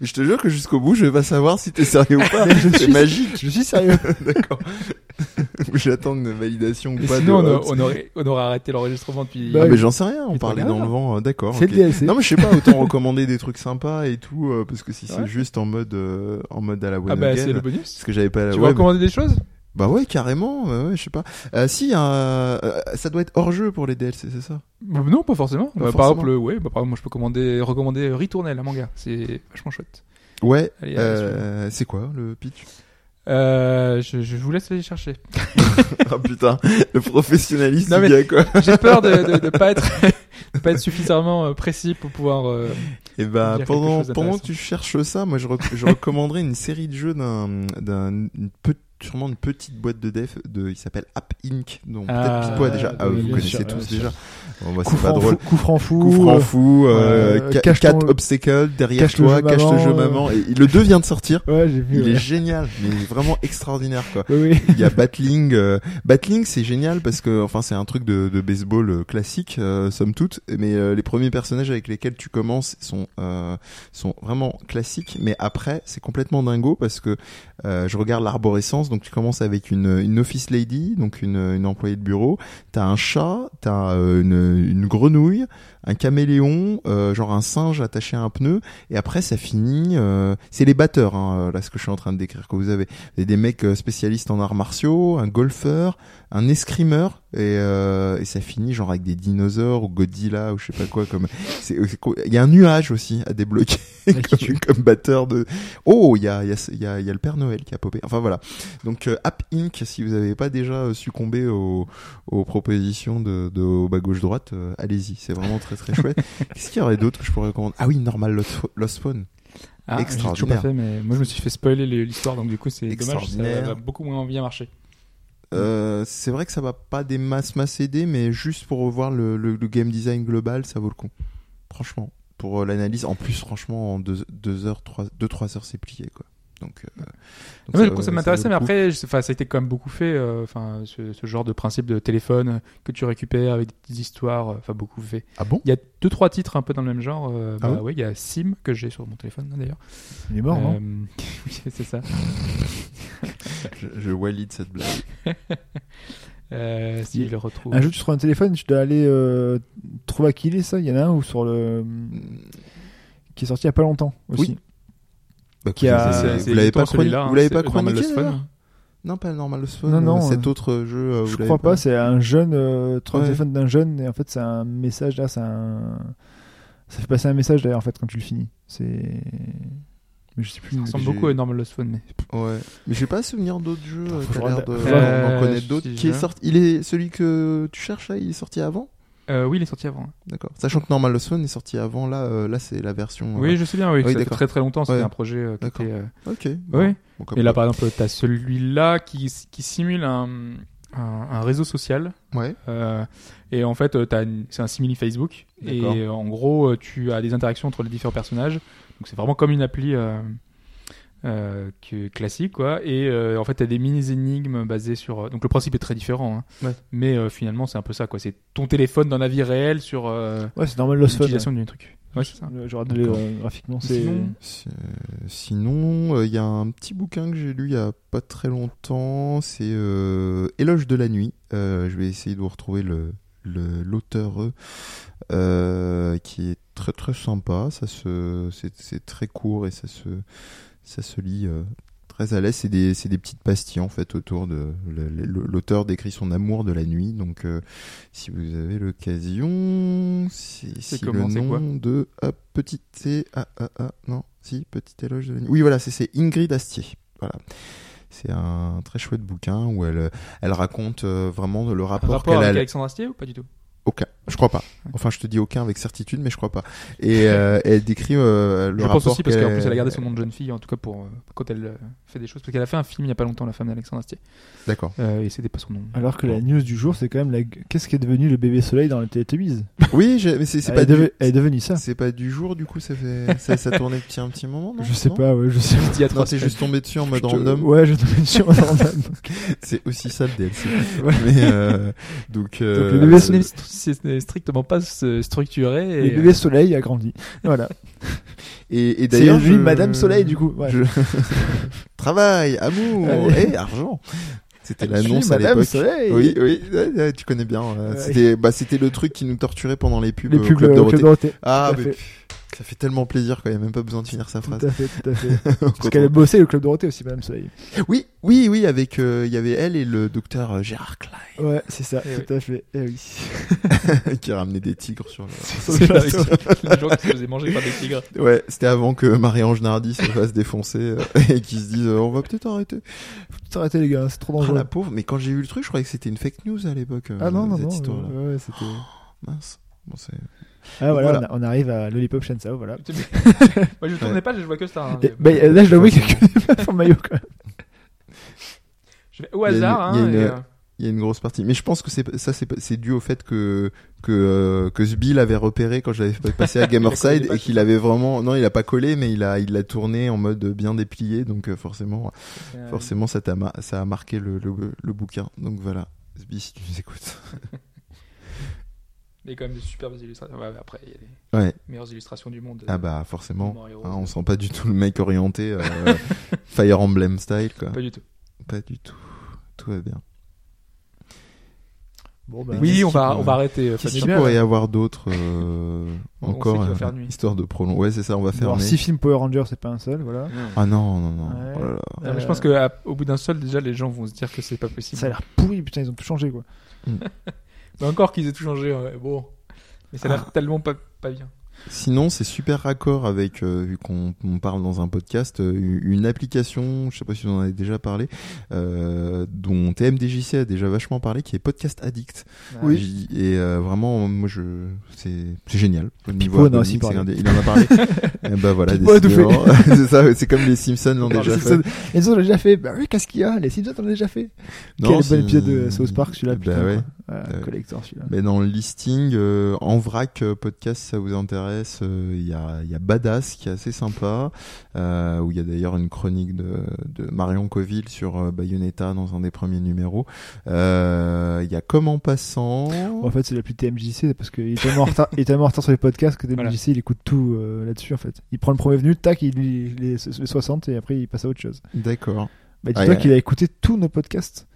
Speaker 2: Je te jure que jusqu'au bout, je vais pas savoir si t'es sérieux ou pas.
Speaker 3: Mais je
Speaker 2: C'est
Speaker 3: suis-
Speaker 2: magique.
Speaker 3: Je suis sérieux.
Speaker 2: D'accord. J'attends une validation ou
Speaker 1: Et
Speaker 2: pas.
Speaker 1: sinon,
Speaker 2: de
Speaker 1: on,
Speaker 2: Hobbs.
Speaker 1: on aurait, on aurait arrêté l'enregistrement depuis.
Speaker 3: Bah
Speaker 2: Ah,
Speaker 3: oui.
Speaker 2: mais j'en sais rien, on
Speaker 1: Mais
Speaker 2: parlait
Speaker 1: t'en
Speaker 2: dans le vent, euh, d'accord.
Speaker 3: C'est
Speaker 2: ok.
Speaker 3: le DLC.
Speaker 2: Non, mais je sais pas, autant recommander des trucs sympas et tout, euh, parce que si c'est
Speaker 1: Ouais.
Speaker 2: juste en mode, euh, en mode à la one
Speaker 1: ah, bah,
Speaker 2: again,
Speaker 1: c'est le
Speaker 2: parce
Speaker 1: bonus.
Speaker 2: que j'avais pas la
Speaker 1: Tu
Speaker 2: ouais,
Speaker 1: vas recommander des choses
Speaker 2: Bah ouais, carrément, ouais, ouais, je sais pas. Euh, si, euh, euh, ça doit être hors jeu pour les DLC, c'est ça
Speaker 1: Bah, Non, pas forcément.
Speaker 2: Pas
Speaker 1: Bah, Par
Speaker 2: forcément.
Speaker 1: exemple, euh, ouais, bah, par exemple, moi, je peux commander, recommander Ritournelle, un manga. C'est vachement chouette.
Speaker 2: Ouais,
Speaker 1: Allez, allez,
Speaker 2: euh, c'est quoi le pitch
Speaker 1: Euh, je, je vous laisse aller chercher.
Speaker 2: *laughs* Ah putain, le professionnaliste,
Speaker 1: Non,
Speaker 2: il
Speaker 1: mais-
Speaker 2: y a
Speaker 3: *laughs*
Speaker 2: quoi
Speaker 1: J'ai peur de de, de pas être de pas être suffisamment euh, précis pour pouvoir.
Speaker 2: *laughs*
Speaker 1: euh,
Speaker 2: Et bah
Speaker 1: Dire quelque
Speaker 2: pendant
Speaker 1: chose
Speaker 2: pendant
Speaker 1: d'intéressant.
Speaker 2: que tu cherches ça, moi je, rec- je recommanderais une série de jeux d'un d'un une pe- sûrement une petite boîte de def de il s'appelle App Inc. Donc
Speaker 1: Ah,
Speaker 2: peut-être Pipo a déjà
Speaker 3: oui,
Speaker 2: ah, vous
Speaker 3: bien
Speaker 2: connaissez
Speaker 3: sûr,
Speaker 2: tous
Speaker 3: bien sûr.
Speaker 2: déjà. Bon bah
Speaker 3: Coup
Speaker 2: c'est pas
Speaker 3: franc
Speaker 2: drôle.
Speaker 3: fou- Coup franc fou.
Speaker 2: Coup franc fou,
Speaker 3: euh,
Speaker 2: euh, ca-
Speaker 3: cache
Speaker 2: quatre
Speaker 3: ton-
Speaker 2: obstacles derrière
Speaker 3: cache le
Speaker 2: toi,
Speaker 3: jeu
Speaker 2: cache le
Speaker 3: maman,
Speaker 2: jeu
Speaker 3: euh.
Speaker 2: maman. Et il- le 2 vient de sortir.
Speaker 3: Ouais, j'ai vu.
Speaker 2: Il
Speaker 3: ouais.
Speaker 2: est génial, mais vraiment extraordinaire quoi.
Speaker 3: Oui, oui.
Speaker 2: Il y a Batling. euh, Batling, c'est génial parce que, enfin, c'est un truc de, de baseball euh, classique, euh, somme toute. Mais euh, les premiers personnages avec lesquels tu commences sont euh, sont vraiment classiques. Mais après, c'est complètement dingo parce que euh, je regarde l'arborescence. Donc, tu commences avec une, une office lady, donc une, une employée de bureau. T'as un chat, t'as euh, une, une grenouille, un caméléon, euh, genre un singe attaché à un pneu. Et après, ça finit. euh, c'est les batteurs, hein, là, ce que je suis en train de décrire que vous avez. Il y a des mecs euh, spécialistes en arts martiaux, un golfeur, un escrimeur, et, euh, et ça finit genre avec des dinosaures ou Godzilla ou je sais pas quoi. Comme c'est, euh, c'est quoi- il y a un nuage aussi à débloquer *laughs*
Speaker 1: Ah,
Speaker 2: comme, comme batteur de. Oh, il y a, il y, a, il y, a, il y a le Père Noël qui a popé. Enfin voilà. Donc euh, App Inc. Si vous n'avez pas déjà euh, succombé aux, aux propositions de, de au bas gauche droite, euh, allez-y. C'est vraiment très très chouette. Qu'est-ce qu'il y aurait d'autre que je pourrais recommander Ah oui, Normal Lost, Lost Phone.
Speaker 1: Ah, j'ai toujours
Speaker 2: Extraordinaire.
Speaker 1: pas fait, mais moi je me suis fait spoiler les- l'histoire, donc du coup c'est dommage, ça
Speaker 2: Extraordinaire.
Speaker 1: va beaucoup moins bien marcher.
Speaker 2: Euh,
Speaker 1: Mm.
Speaker 2: c'est vrai que ça va pas des masses masses aider, mais juste pour revoir le, le- le game design global, ça vaut le coup. Franchement, pour euh, l'analyse, en plus, franchement, en 2 heures, 3 deux, trois heures, c'est plié quoi. Donc, euh, donc
Speaker 1: Ah ouais, le
Speaker 2: vaut-
Speaker 1: concept
Speaker 2: vaut
Speaker 1: m'intéressait,
Speaker 2: le
Speaker 1: mais
Speaker 2: coup.
Speaker 1: après, je- enfin, ça a été quand même beaucoup fait, euh, enfin, ce, ce genre de principe de téléphone que tu récupères avec des petites histoires, euh, enfin, beaucoup fait.
Speaker 2: Ah bon
Speaker 1: Il y a deux, trois titres un peu dans le même genre, euh,
Speaker 2: Ah
Speaker 1: bah
Speaker 2: ouais
Speaker 1: ouais, il y a Sim que j'ai sur mon téléphone hein, d'ailleurs.
Speaker 3: *laughs* Il est mort, hein. non
Speaker 1: Euh, *laughs* oui, c'est ça.
Speaker 2: je, je valide cette blague.
Speaker 1: Euh, si je le retrouve.
Speaker 2: Ah,
Speaker 3: Un jeu, tu trouves un téléphone, tu dois aller euh, trouver à qui il est, ça. Il y en a un ou sur le. qui est sorti il y a pas longtemps aussi.
Speaker 2: Oui. Bah,
Speaker 3: Qui a-
Speaker 2: vous
Speaker 1: C'est-
Speaker 2: l'avez-
Speaker 1: c'est
Speaker 2: vous l'avez pas
Speaker 1: exactement
Speaker 2: chroniqué
Speaker 1: celui-là, hein,
Speaker 2: Vous l'avez
Speaker 1: c'est
Speaker 2: pas
Speaker 1: Normal
Speaker 2: chroniqué
Speaker 1: Lost
Speaker 2: d'ailleurs
Speaker 1: Phone. hein.
Speaker 2: Non, pas le Normal Lost Phone.
Speaker 3: Non, non,
Speaker 2: euh, cet
Speaker 3: euh,
Speaker 2: autre jeu. euh, vous
Speaker 3: je
Speaker 2: l'avez
Speaker 3: crois pas, c'est un jeune, euh, sur le
Speaker 2: Ouais.
Speaker 3: téléphone d'un jeune, et en fait, c'est un message là, c'est un. Ça fait passer un message d'ailleurs, en fait, quand tu le finis. C'est. Mais je sais plus.
Speaker 1: Ça ressemble
Speaker 2: J'ai-
Speaker 1: beaucoup à Normal Lost Phone, mais
Speaker 2: Ouais. Mais j'ai pas souvenir d'autres jeux.
Speaker 3: Faut
Speaker 2: T'as
Speaker 3: que je
Speaker 2: l'air
Speaker 3: regarde.
Speaker 2: de-
Speaker 3: Faut
Speaker 1: que je
Speaker 2: d'en
Speaker 1: regarde.
Speaker 2: connaître
Speaker 1: Euh,
Speaker 2: d'autres.
Speaker 1: si,
Speaker 2: Qui est
Speaker 1: je-
Speaker 2: sorti Il est celui que tu cherches là. Il est sorti avant
Speaker 1: Euh, oui, il est sorti avant.
Speaker 2: D'accord. Sachant que Normal Lost Phone est sorti avant, là, euh, là c'est la version. euh,
Speaker 1: Oui, je sais bien, oui.
Speaker 2: Oui,
Speaker 1: ça fait
Speaker 2: d'accord.
Speaker 1: très très longtemps, c'était
Speaker 2: Ouais.
Speaker 1: un projet euh, qui
Speaker 2: D'accord.
Speaker 1: était. euh,
Speaker 2: Ok.
Speaker 1: Oui.
Speaker 2: Bon, comme
Speaker 1: Et là,
Speaker 2: quoi.
Speaker 1: par exemple, t'as celui-là qui, qui simule un, un, un réseau social.
Speaker 2: Ouais.
Speaker 1: euh, et en fait, euh, t'as une- c'est un simili Facebook. Et
Speaker 2: D'accord.
Speaker 1: euh, en gros, euh, tu as des interactions entre les différents personnages. Donc c'est vraiment comme une appli euh, euh, que- classique, quoi. Et euh, en fait, t'as des mini-énigmes basées sur. euh, Donc le principe est très différent. hein.
Speaker 2: Ouais.
Speaker 1: Mais euh, finalement, c'est un peu ça, quoi. C'est ton téléphone dans la vie réelle sur euh,
Speaker 3: Ouais, c'est normal Lost Phone.
Speaker 1: l'utilisation du truc. Ouais, c'est ça.
Speaker 3: Genre de,
Speaker 2: D'accord.
Speaker 3: euh, graphiquement, c'est.
Speaker 1: Sinon,
Speaker 2: Si- euh, Sinon, euh, il y a un petit bouquin que j'ai lu il y a pas très longtemps. C'est euh, Éloge de la nuit. Euh, je vais essayer de vous retrouver le le- l'auteur euh, euh, qui est très très sympa. Ça se c'est c'est très court et ça se ça se lit euh, très à l'aise. C'est des, c'est des petites pastilles en fait autour de le- le- l'auteur décrit son amour de la nuit. Donc euh, si vous avez l'occasion, si, si
Speaker 1: comment,
Speaker 2: le
Speaker 1: c'est
Speaker 2: nom
Speaker 1: quoi
Speaker 2: de ah, petite c'est- ah, ah, ah, non si petite éloge de la nuit. Oui voilà c'est c'est Ingrid Astier. Voilà. C'est un très chouette bouquin où elle, elle raconte euh, vraiment le rapport,
Speaker 1: rapport avec
Speaker 2: qu'elle a.
Speaker 1: Alexandre Astier ou pas du tout
Speaker 2: Aucun. Je crois pas. Enfin, je te dis aucun avec certitude, mais je crois pas.
Speaker 1: *laughs*
Speaker 2: Et euh, elle décrit euh, le
Speaker 1: Je
Speaker 2: rapport
Speaker 1: pense aussi parce qu'en
Speaker 2: qu'elle-
Speaker 1: plus elle a gardé son nom de jeune fille, en tout cas pour euh, quand elle euh, fait des choses. Parce qu'elle a fait un film il n'y a pas longtemps, la femme d'Alexandre Astier. *laughs*
Speaker 2: D'accord.
Speaker 1: Euh, et c'était pas son nom.
Speaker 3: Alors que la news du jour, c'est quand même la... qu'est-ce qui est devenu le bébé soleil dans les Teletubbies Ah,
Speaker 2: Oui, j'ai- mais c'est c'est
Speaker 3: elle,
Speaker 2: pas
Speaker 3: est
Speaker 2: du-
Speaker 3: deve- elle est devenue ça.
Speaker 2: C'est pas du jour, du coup, ça fait ça, ça tournait depuis un petit moment. Non
Speaker 3: Je sais
Speaker 2: Non
Speaker 3: pas, ouais, je sais.
Speaker 1: Il y a trois
Speaker 2: Non, t'es
Speaker 1: semaines.
Speaker 2: juste tombé dessus en mode
Speaker 3: Je te-
Speaker 2: random.
Speaker 3: Ouais, je suis
Speaker 2: *laughs*
Speaker 3: sur random.
Speaker 2: C'est aussi ça le DLC.
Speaker 3: *laughs* Ouais.
Speaker 2: Mais euh, donc, euh,
Speaker 1: Le
Speaker 3: le bébé
Speaker 1: bébé
Speaker 2: euh,
Speaker 3: soleil-
Speaker 1: n'est st- c'est- n'est strictement pas euh, structuré.
Speaker 3: Le
Speaker 1: Et,
Speaker 3: bébé soleil a grandi. Voilà.
Speaker 2: et, et
Speaker 3: D'ailleurs,
Speaker 2: d'ailleurs,
Speaker 3: lui,
Speaker 2: je-
Speaker 3: Madame Soleil, du coup. Ouais.
Speaker 2: je- *laughs* Travail, amour
Speaker 3: Allez.
Speaker 2: et argent. C'était
Speaker 3: Je
Speaker 2: l'annonce
Speaker 3: suis
Speaker 2: à
Speaker 3: Madame
Speaker 2: l'époque.
Speaker 3: Soleil.
Speaker 2: Oui, oui, ouais, ouais, tu connais bien. euh,
Speaker 3: Ouais.
Speaker 2: C'était, bah, c'était le truc qui nous torturait pendant les pubs,
Speaker 3: Les
Speaker 2: au
Speaker 3: pubs
Speaker 2: Club
Speaker 3: euh, au
Speaker 2: Dorothée.
Speaker 3: Club Dorothée.
Speaker 2: Ah,
Speaker 3: Tout à
Speaker 2: mais ça fait tellement plaisir quand il n'y a même pas besoin de finir sa
Speaker 3: Tout
Speaker 2: phrase.
Speaker 3: à fait, tout à fait. Parce
Speaker 2: Quand
Speaker 3: qu'elle a
Speaker 2: on-
Speaker 3: bossé au Club Dorothée aussi, Madame Soleil.
Speaker 2: Oui, oui, oui, avec euh, il y avait elle et le docteur euh, Gérard
Speaker 3: *laughs*
Speaker 2: Klein
Speaker 3: Ouais, c'est ça,
Speaker 1: Eh
Speaker 3: tout à fait. Eh oui.
Speaker 2: qui ramenait des tigres sur le.
Speaker 1: *laughs* C'est
Speaker 2: *laughs*
Speaker 1: là, avec les *laughs* gens qui se faisaient manger par des tigres.
Speaker 2: Ouais, c'était avant que Marie-Ange Nardi se fasse défoncer euh, *laughs* et qu'ils se disent euh, on va peut-être arrêter.
Speaker 3: Tout arrêtez, les gars, c'est trop
Speaker 2: Ah,
Speaker 3: dangereux.
Speaker 2: la pauvre. Mais quand j'ai vu le truc, je croyais que c'était une fake news à l'époque. euh,
Speaker 3: Ah non, non,
Speaker 2: cette
Speaker 3: non. euh,
Speaker 2: histoire-là.
Speaker 3: ouais, ouais, c'était-
Speaker 2: Mince. Bon, c'est-
Speaker 3: Ah voilà,
Speaker 2: Voilà.
Speaker 3: On, on arrive à Lollipop Shansao, voilà.
Speaker 2: *laughs*
Speaker 1: Moi, je tournais
Speaker 2: Ouais.
Speaker 1: pas, je vois que ça. hein.
Speaker 3: Et- bah, là, je dois avouer qu'il y a que des meufs en maillot, quand même.
Speaker 1: Je vais au
Speaker 2: Il y a une-
Speaker 1: hasard.
Speaker 2: il y a
Speaker 1: hein,
Speaker 2: une-
Speaker 1: et, euh,
Speaker 2: Il y a une grosse partie. Mais je pense que c'est ça, c'est c'est dû au fait que que euh, que Sbi l'avait repéré quand je l'avais fait
Speaker 1: *laughs*
Speaker 2: passer
Speaker 1: Il
Speaker 2: à
Speaker 1: a
Speaker 2: Gamerside
Speaker 1: collé
Speaker 2: et qu'il avait vraiment non, il a pas collé, mais il a il l'a tourné en mode bien déplié, donc euh, forcément
Speaker 1: euh,
Speaker 2: forcément ça t'a ma- ça a marqué le, le le bouquin. Donc voilà, Sbi si tu nous écoutes.
Speaker 1: Il y a quand même de superbes illustrations. Ouais, après, il y a les
Speaker 2: Ouais.
Speaker 1: meilleures illustrations du monde. euh,
Speaker 2: Ah bah forcément.
Speaker 1: Mort et Rose.
Speaker 2: Hein, on sent pas du tout le mec orienté euh,
Speaker 1: *laughs*
Speaker 2: Fire Emblem style quoi.
Speaker 1: Pas du tout.
Speaker 2: Pas du tout. Tout va bien.
Speaker 3: Bon,
Speaker 2: bah,
Speaker 1: Oui,
Speaker 2: qu'est-ce
Speaker 1: on va,
Speaker 2: qu'il
Speaker 1: on
Speaker 2: peut-
Speaker 1: va arrêter. euh,
Speaker 3: qu'est-ce
Speaker 1: Fabien.
Speaker 2: Il
Speaker 3: qu'il bien,
Speaker 2: pourrait y
Speaker 3: là.
Speaker 2: avoir d'autres euh,
Speaker 1: On- on sait
Speaker 2: encore
Speaker 1: qu'il va
Speaker 2: euh,
Speaker 1: faire nuit.
Speaker 2: histoire de prolonger. Ouais, c'est ça, on va faire.
Speaker 3: Alors,
Speaker 2: nuit.
Speaker 3: six films Power Rangers, c'est pas un seul, voilà.
Speaker 2: Ah non non non.
Speaker 3: Ouais.
Speaker 2: Oh là là.
Speaker 1: Non, Ah, mais Je pense qu'au bout d'un seul, déjà, les gens vont se dire que c'est pas possible.
Speaker 3: Ça a l'air pourri, putain, ils ont tout changé, quoi.
Speaker 1: Mais encore qu'ils aient tout changé. euh, Bon. Mais ça a l'air
Speaker 2: Ah.
Speaker 1: tellement pas, pas bien.
Speaker 2: Sinon, c'est super raccord avec, euh, vu qu'on on parle dans un podcast, euh, une application, je sais pas si vous en avez déjà parlé, euh, dont TMDJC a déjà vachement parlé, qui est Podcast Addict. J- Et euh, vraiment, moi, je, c'est, c'est génial. Au niveau
Speaker 3: Pipo en a
Speaker 2: ergonomique,
Speaker 3: aussi
Speaker 2: c'est
Speaker 3: parlé.
Speaker 2: un des- il en
Speaker 3: *laughs*
Speaker 2: a parlé. Et bah voilà,
Speaker 3: Pipo a tout fait.
Speaker 2: décidément. *laughs* c'est ça, c'est comme les Simpsons l'ont
Speaker 1: Les
Speaker 2: déjà fait.
Speaker 3: Simpsons. Et ça, on l'a déjà fait. Bah oui, qu'est-ce qu'il y a Les Simpsons, on l'a déjà fait. Quel
Speaker 2: c'est-
Speaker 3: bon épisode de South Park, celui-là,
Speaker 2: Bah
Speaker 3: putain.
Speaker 2: ouais.
Speaker 3: quoi. Ah,
Speaker 2: ouais.
Speaker 3: collector, celui-là.
Speaker 2: Mais dans le listing, euh, en vrac, euh, podcast, ça vous intéresse, euh, il y, a, il y a Badass qui est assez sympa, euh, où il y a d'ailleurs une chronique de, de Marion Coville sur euh, Bayonetta dans un des premiers numéros. Euh, Il y a Comment Passant.
Speaker 3: Bon, en fait, c'est l'appli TMJC parce qu'il est tellement en retard, il est tellement en retard sur les podcasts que TMJC
Speaker 1: Voilà.
Speaker 3: il écoute tout euh, là-dessus en fait. Il prend le premier venu, tac, il lit les, les 60 et après il passe à autre chose.
Speaker 2: D'accord.
Speaker 3: Bah,
Speaker 2: Ah,
Speaker 3: dis-toi
Speaker 2: ouais.
Speaker 3: qu'il a écouté tous nos podcasts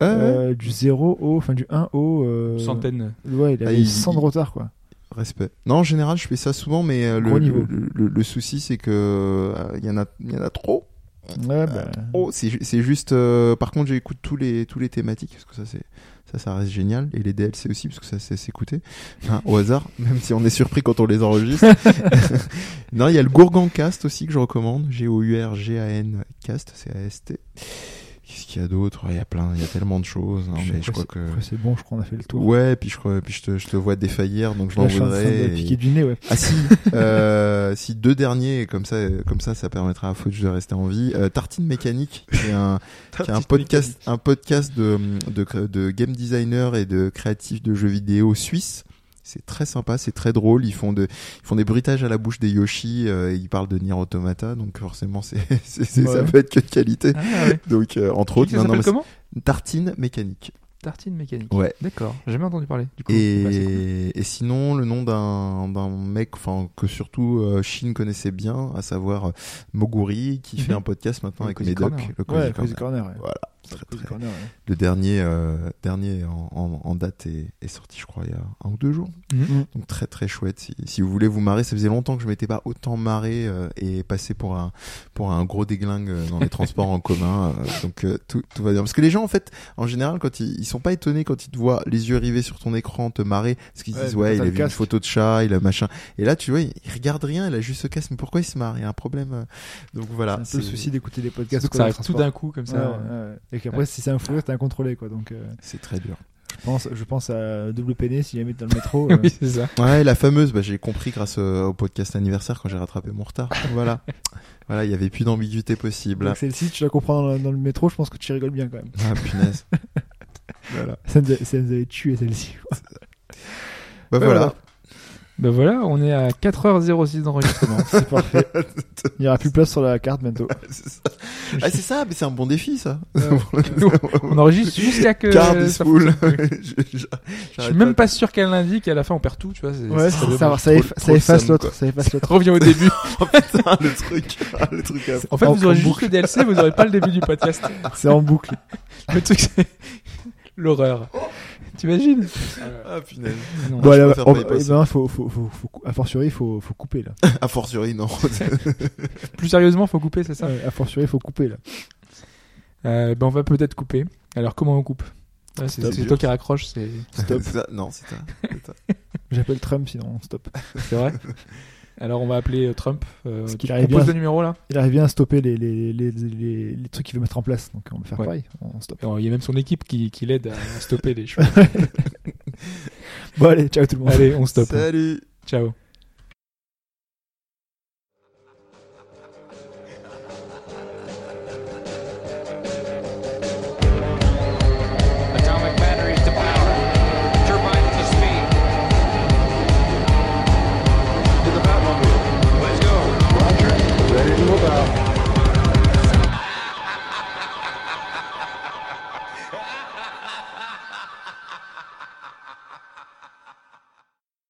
Speaker 2: Ah ouais.
Speaker 3: Euh, du 0 au, enfin du 1 au. euh,
Speaker 1: Centaines.
Speaker 3: Ouais, il
Speaker 2: Ah,
Speaker 3: avait
Speaker 2: il-
Speaker 3: 100 de
Speaker 2: il-
Speaker 3: retard quoi.
Speaker 2: Respect. Non, en général, je fais ça souvent, mais euh, le,
Speaker 3: Gros niveau.
Speaker 2: le- le- le souci, c'est que euh, il y en a, il y en a trop.
Speaker 3: Ouais, bah,
Speaker 2: Oh, c'est ju- c'est juste. euh, par contre, j'écoute tous les tous les thématiques parce que ça c'est ça ça reste génial et les DLC aussi parce que ça c'est s'écouter hein, au hasard, *laughs* même si on est surpris quand on
Speaker 3: *laughs*
Speaker 2: les enregistre. non, il y a le Gourgan Cast aussi que je recommande. G O U R G A N Cast, C A S T. Qu'est-ce qu'il y a d'autre Il y a plein, il y a tellement de choses. Non,
Speaker 3: Je
Speaker 2: mais
Speaker 3: sais
Speaker 2: je
Speaker 3: pas
Speaker 2: crois que
Speaker 3: après, c'est bon, je crois qu'on a fait le tour.
Speaker 2: ouais. Puis je crois, puis je te, je te vois défaillir, donc je l'en
Speaker 3: Là, je suis en train de
Speaker 2: voudrais.
Speaker 3: piquer du nez, ouais.
Speaker 2: Ah si, euh, si deux derniers, comme ça, comme ça, ça permettra à Fouch de rester en vie. Euh, Tartine mécanique, qui est un, qui est un podcast, un podcast de, de, cré- de game designer et de créatifs de jeux vidéo suisse. C'est très sympa, c'est très drôle. Ils font de, ils font des bruitages à la bouche des Yoshi. euh, et ils parlent de Nier Automata, donc forcément, c'est, *laughs* c'est, c'est- ça
Speaker 3: Ouais.
Speaker 2: peut être que de qualité.
Speaker 1: Ah ouais.
Speaker 2: Donc euh, entre
Speaker 1: Tu dis que Ça
Speaker 2: autres, non, non,
Speaker 1: s'appelle
Speaker 2: mais c'est-
Speaker 1: comment
Speaker 2: Tartine mécanique.
Speaker 1: Tartine mécanique.
Speaker 2: Ouais.
Speaker 1: D'accord. J'ai jamais entendu parler. Du coup.
Speaker 2: Et,
Speaker 1: Bah, c'est cool.
Speaker 2: et sinon, le nom d'un d'un mec enfin que surtout euh, Shin connaissait bien, à savoir euh, Moguri, qui fait
Speaker 1: Mhm.
Speaker 2: un podcast maintenant
Speaker 1: Le
Speaker 2: avec
Speaker 1: Cozy
Speaker 2: Medoc,
Speaker 1: Corner.
Speaker 2: le Cozy
Speaker 3: Ouais,
Speaker 2: Corner.
Speaker 3: Crazy Corner. ouais.
Speaker 2: Voilà. Très,
Speaker 3: Cause du
Speaker 2: très-
Speaker 3: corner, ouais.
Speaker 2: Le dernier, euh, dernier en, en- en date est, est sorti, je crois, il y a un ou deux jours.
Speaker 1: Mhm.
Speaker 2: Donc très très chouette. Si, si vous voulez vous marrer, ça faisait longtemps que je m'étais pas autant marré euh, et passé pour un pour un gros déglingue euh,
Speaker 3: *laughs*
Speaker 2: dans les transports en commun. euh, donc euh, tout, tout va bien. Parce que les gens en fait, en général, quand ils, ils sont pas étonnés quand ils te voient les yeux rivés sur ton écran te marrer, parce qu'ils
Speaker 3: Ouais,
Speaker 2: disent
Speaker 3: mais quand
Speaker 2: ouais, il
Speaker 3: t'as
Speaker 2: a
Speaker 3: le
Speaker 2: vu une
Speaker 3: casque.
Speaker 2: photo de chat, il a machin. Et là, tu vois, il, il regarde rien, il a juste ce casque. Mais pourquoi il se marre Il y a un problème. euh. Donc voilà.
Speaker 3: c'est un peu le souci d'écouter les podcasts.
Speaker 1: Surtout que
Speaker 3: quoi,
Speaker 1: ça
Speaker 3: dans le
Speaker 1: arrive tout
Speaker 3: transport.
Speaker 1: d'un coup comme ça. euh.
Speaker 3: Ouais, ouais, ouais. Et qu'après, si c'est un fou rire, t'es incontrôlé, quoi. Donc, euh,
Speaker 2: C'est très dur.
Speaker 3: je pense, je pense à double peiné si jamais t'es dans le
Speaker 2: *laughs*
Speaker 3: métro. euh,
Speaker 1: *laughs* Oui, c'est ça.
Speaker 2: Ouais, la fameuse, bah, j'ai compris grâce euh, au podcast anniversaire quand j'ai rattrapé
Speaker 1: *laughs*
Speaker 2: mon retard. Voilà. voilà, il y avait plus d'ambiguïté possible.
Speaker 3: donc celle-ci, tu la comprends dans, le- dans le métro, je pense que tu rigoles bien quand même.
Speaker 1: *laughs*
Speaker 2: Ah, punaise. voilà.
Speaker 3: Ça nous, a- ça nous avait tué celle-ci.
Speaker 2: Bah
Speaker 3: Ouais,
Speaker 2: voilà.
Speaker 1: Ben Bah, voilà, on est à 4h06 d'enregistrement.
Speaker 2: *laughs*
Speaker 3: C'est parfait. Il n'y aura plus de place sur la carte bientôt.
Speaker 2: *laughs* C'est ça. Ah, c'est ça, mais c'est un bon défi, ça. *laughs*
Speaker 1: *laughs* on enregistre jusqu'à que.
Speaker 2: Card
Speaker 1: euh,
Speaker 2: is
Speaker 1: ça
Speaker 2: full.
Speaker 1: fonctionne plus.
Speaker 2: Je- *laughs* je-
Speaker 1: Je
Speaker 2: j'arrête
Speaker 1: suis même pas sûr qu'elle l'indique et à la fin on perd tout, tu vois. c'est-
Speaker 3: Ouais,
Speaker 1: c'est
Speaker 3: ça,
Speaker 1: dommage.
Speaker 3: ça,
Speaker 2: Trop-
Speaker 3: eff-
Speaker 2: trop
Speaker 3: ça efface
Speaker 2: le
Speaker 3: l'autre. Ça efface
Speaker 2: *laughs*
Speaker 3: l'autre.
Speaker 1: Reviens au début.
Speaker 2: Ah, le truc. Ah,
Speaker 1: *laughs*
Speaker 2: le truc. à-
Speaker 1: En fait,
Speaker 3: En-
Speaker 1: vous aurez
Speaker 3: en
Speaker 1: juste
Speaker 3: boucle.
Speaker 1: le DLC, vous aurez pas le début du
Speaker 2: *laughs*
Speaker 1: podcast.
Speaker 3: C'est en boucle.
Speaker 2: Ah,
Speaker 1: Le truc, c'est *laughs* l'horreur. T'imagines
Speaker 2: Ah, punaise.
Speaker 1: Non.
Speaker 3: Bon,
Speaker 2: je
Speaker 3: alors,
Speaker 2: préfère
Speaker 3: on-
Speaker 2: pas y
Speaker 3: eh
Speaker 2: passer.
Speaker 3: ben, faut, faut, faut, faut, cou- a fortiori, faut, faut couper là.
Speaker 2: A fortiori, non.
Speaker 1: Plus sérieusement, faut couper,
Speaker 2: Ah.
Speaker 1: c'est ça
Speaker 3: Ouais, a fortiori, faut couper là.
Speaker 1: Euh, ben, on va peut-être couper. Alors, comment on coupe Ouais, C'est
Speaker 2: Stop.
Speaker 1: c'est toi qui raccroche, c'est
Speaker 3: Stop.
Speaker 2: *laughs* C'est ça. Non, c'est ça. C'est ça.
Speaker 3: J'appelle Trump sinon on stop.
Speaker 1: c'est vrai. *laughs* Alors, on va appeler euh, Trump. Euh,
Speaker 3: Parce
Speaker 1: tu
Speaker 3: qu'il arrive
Speaker 1: proposes
Speaker 3: bien.
Speaker 1: le numéro là
Speaker 3: Il arrive bien à stopper les, les, les, les, les trucs qu'il veut mettre en place. Donc on va faire
Speaker 1: Ouais.
Speaker 3: pareil. On stop.
Speaker 1: Alors, Il y a même son équipe qui, qui l'aide à stopper les choses.
Speaker 3: Bon allez, ciao tout le monde.
Speaker 1: *laughs* Allez, on stoppe.
Speaker 2: Salut.
Speaker 1: Ciao.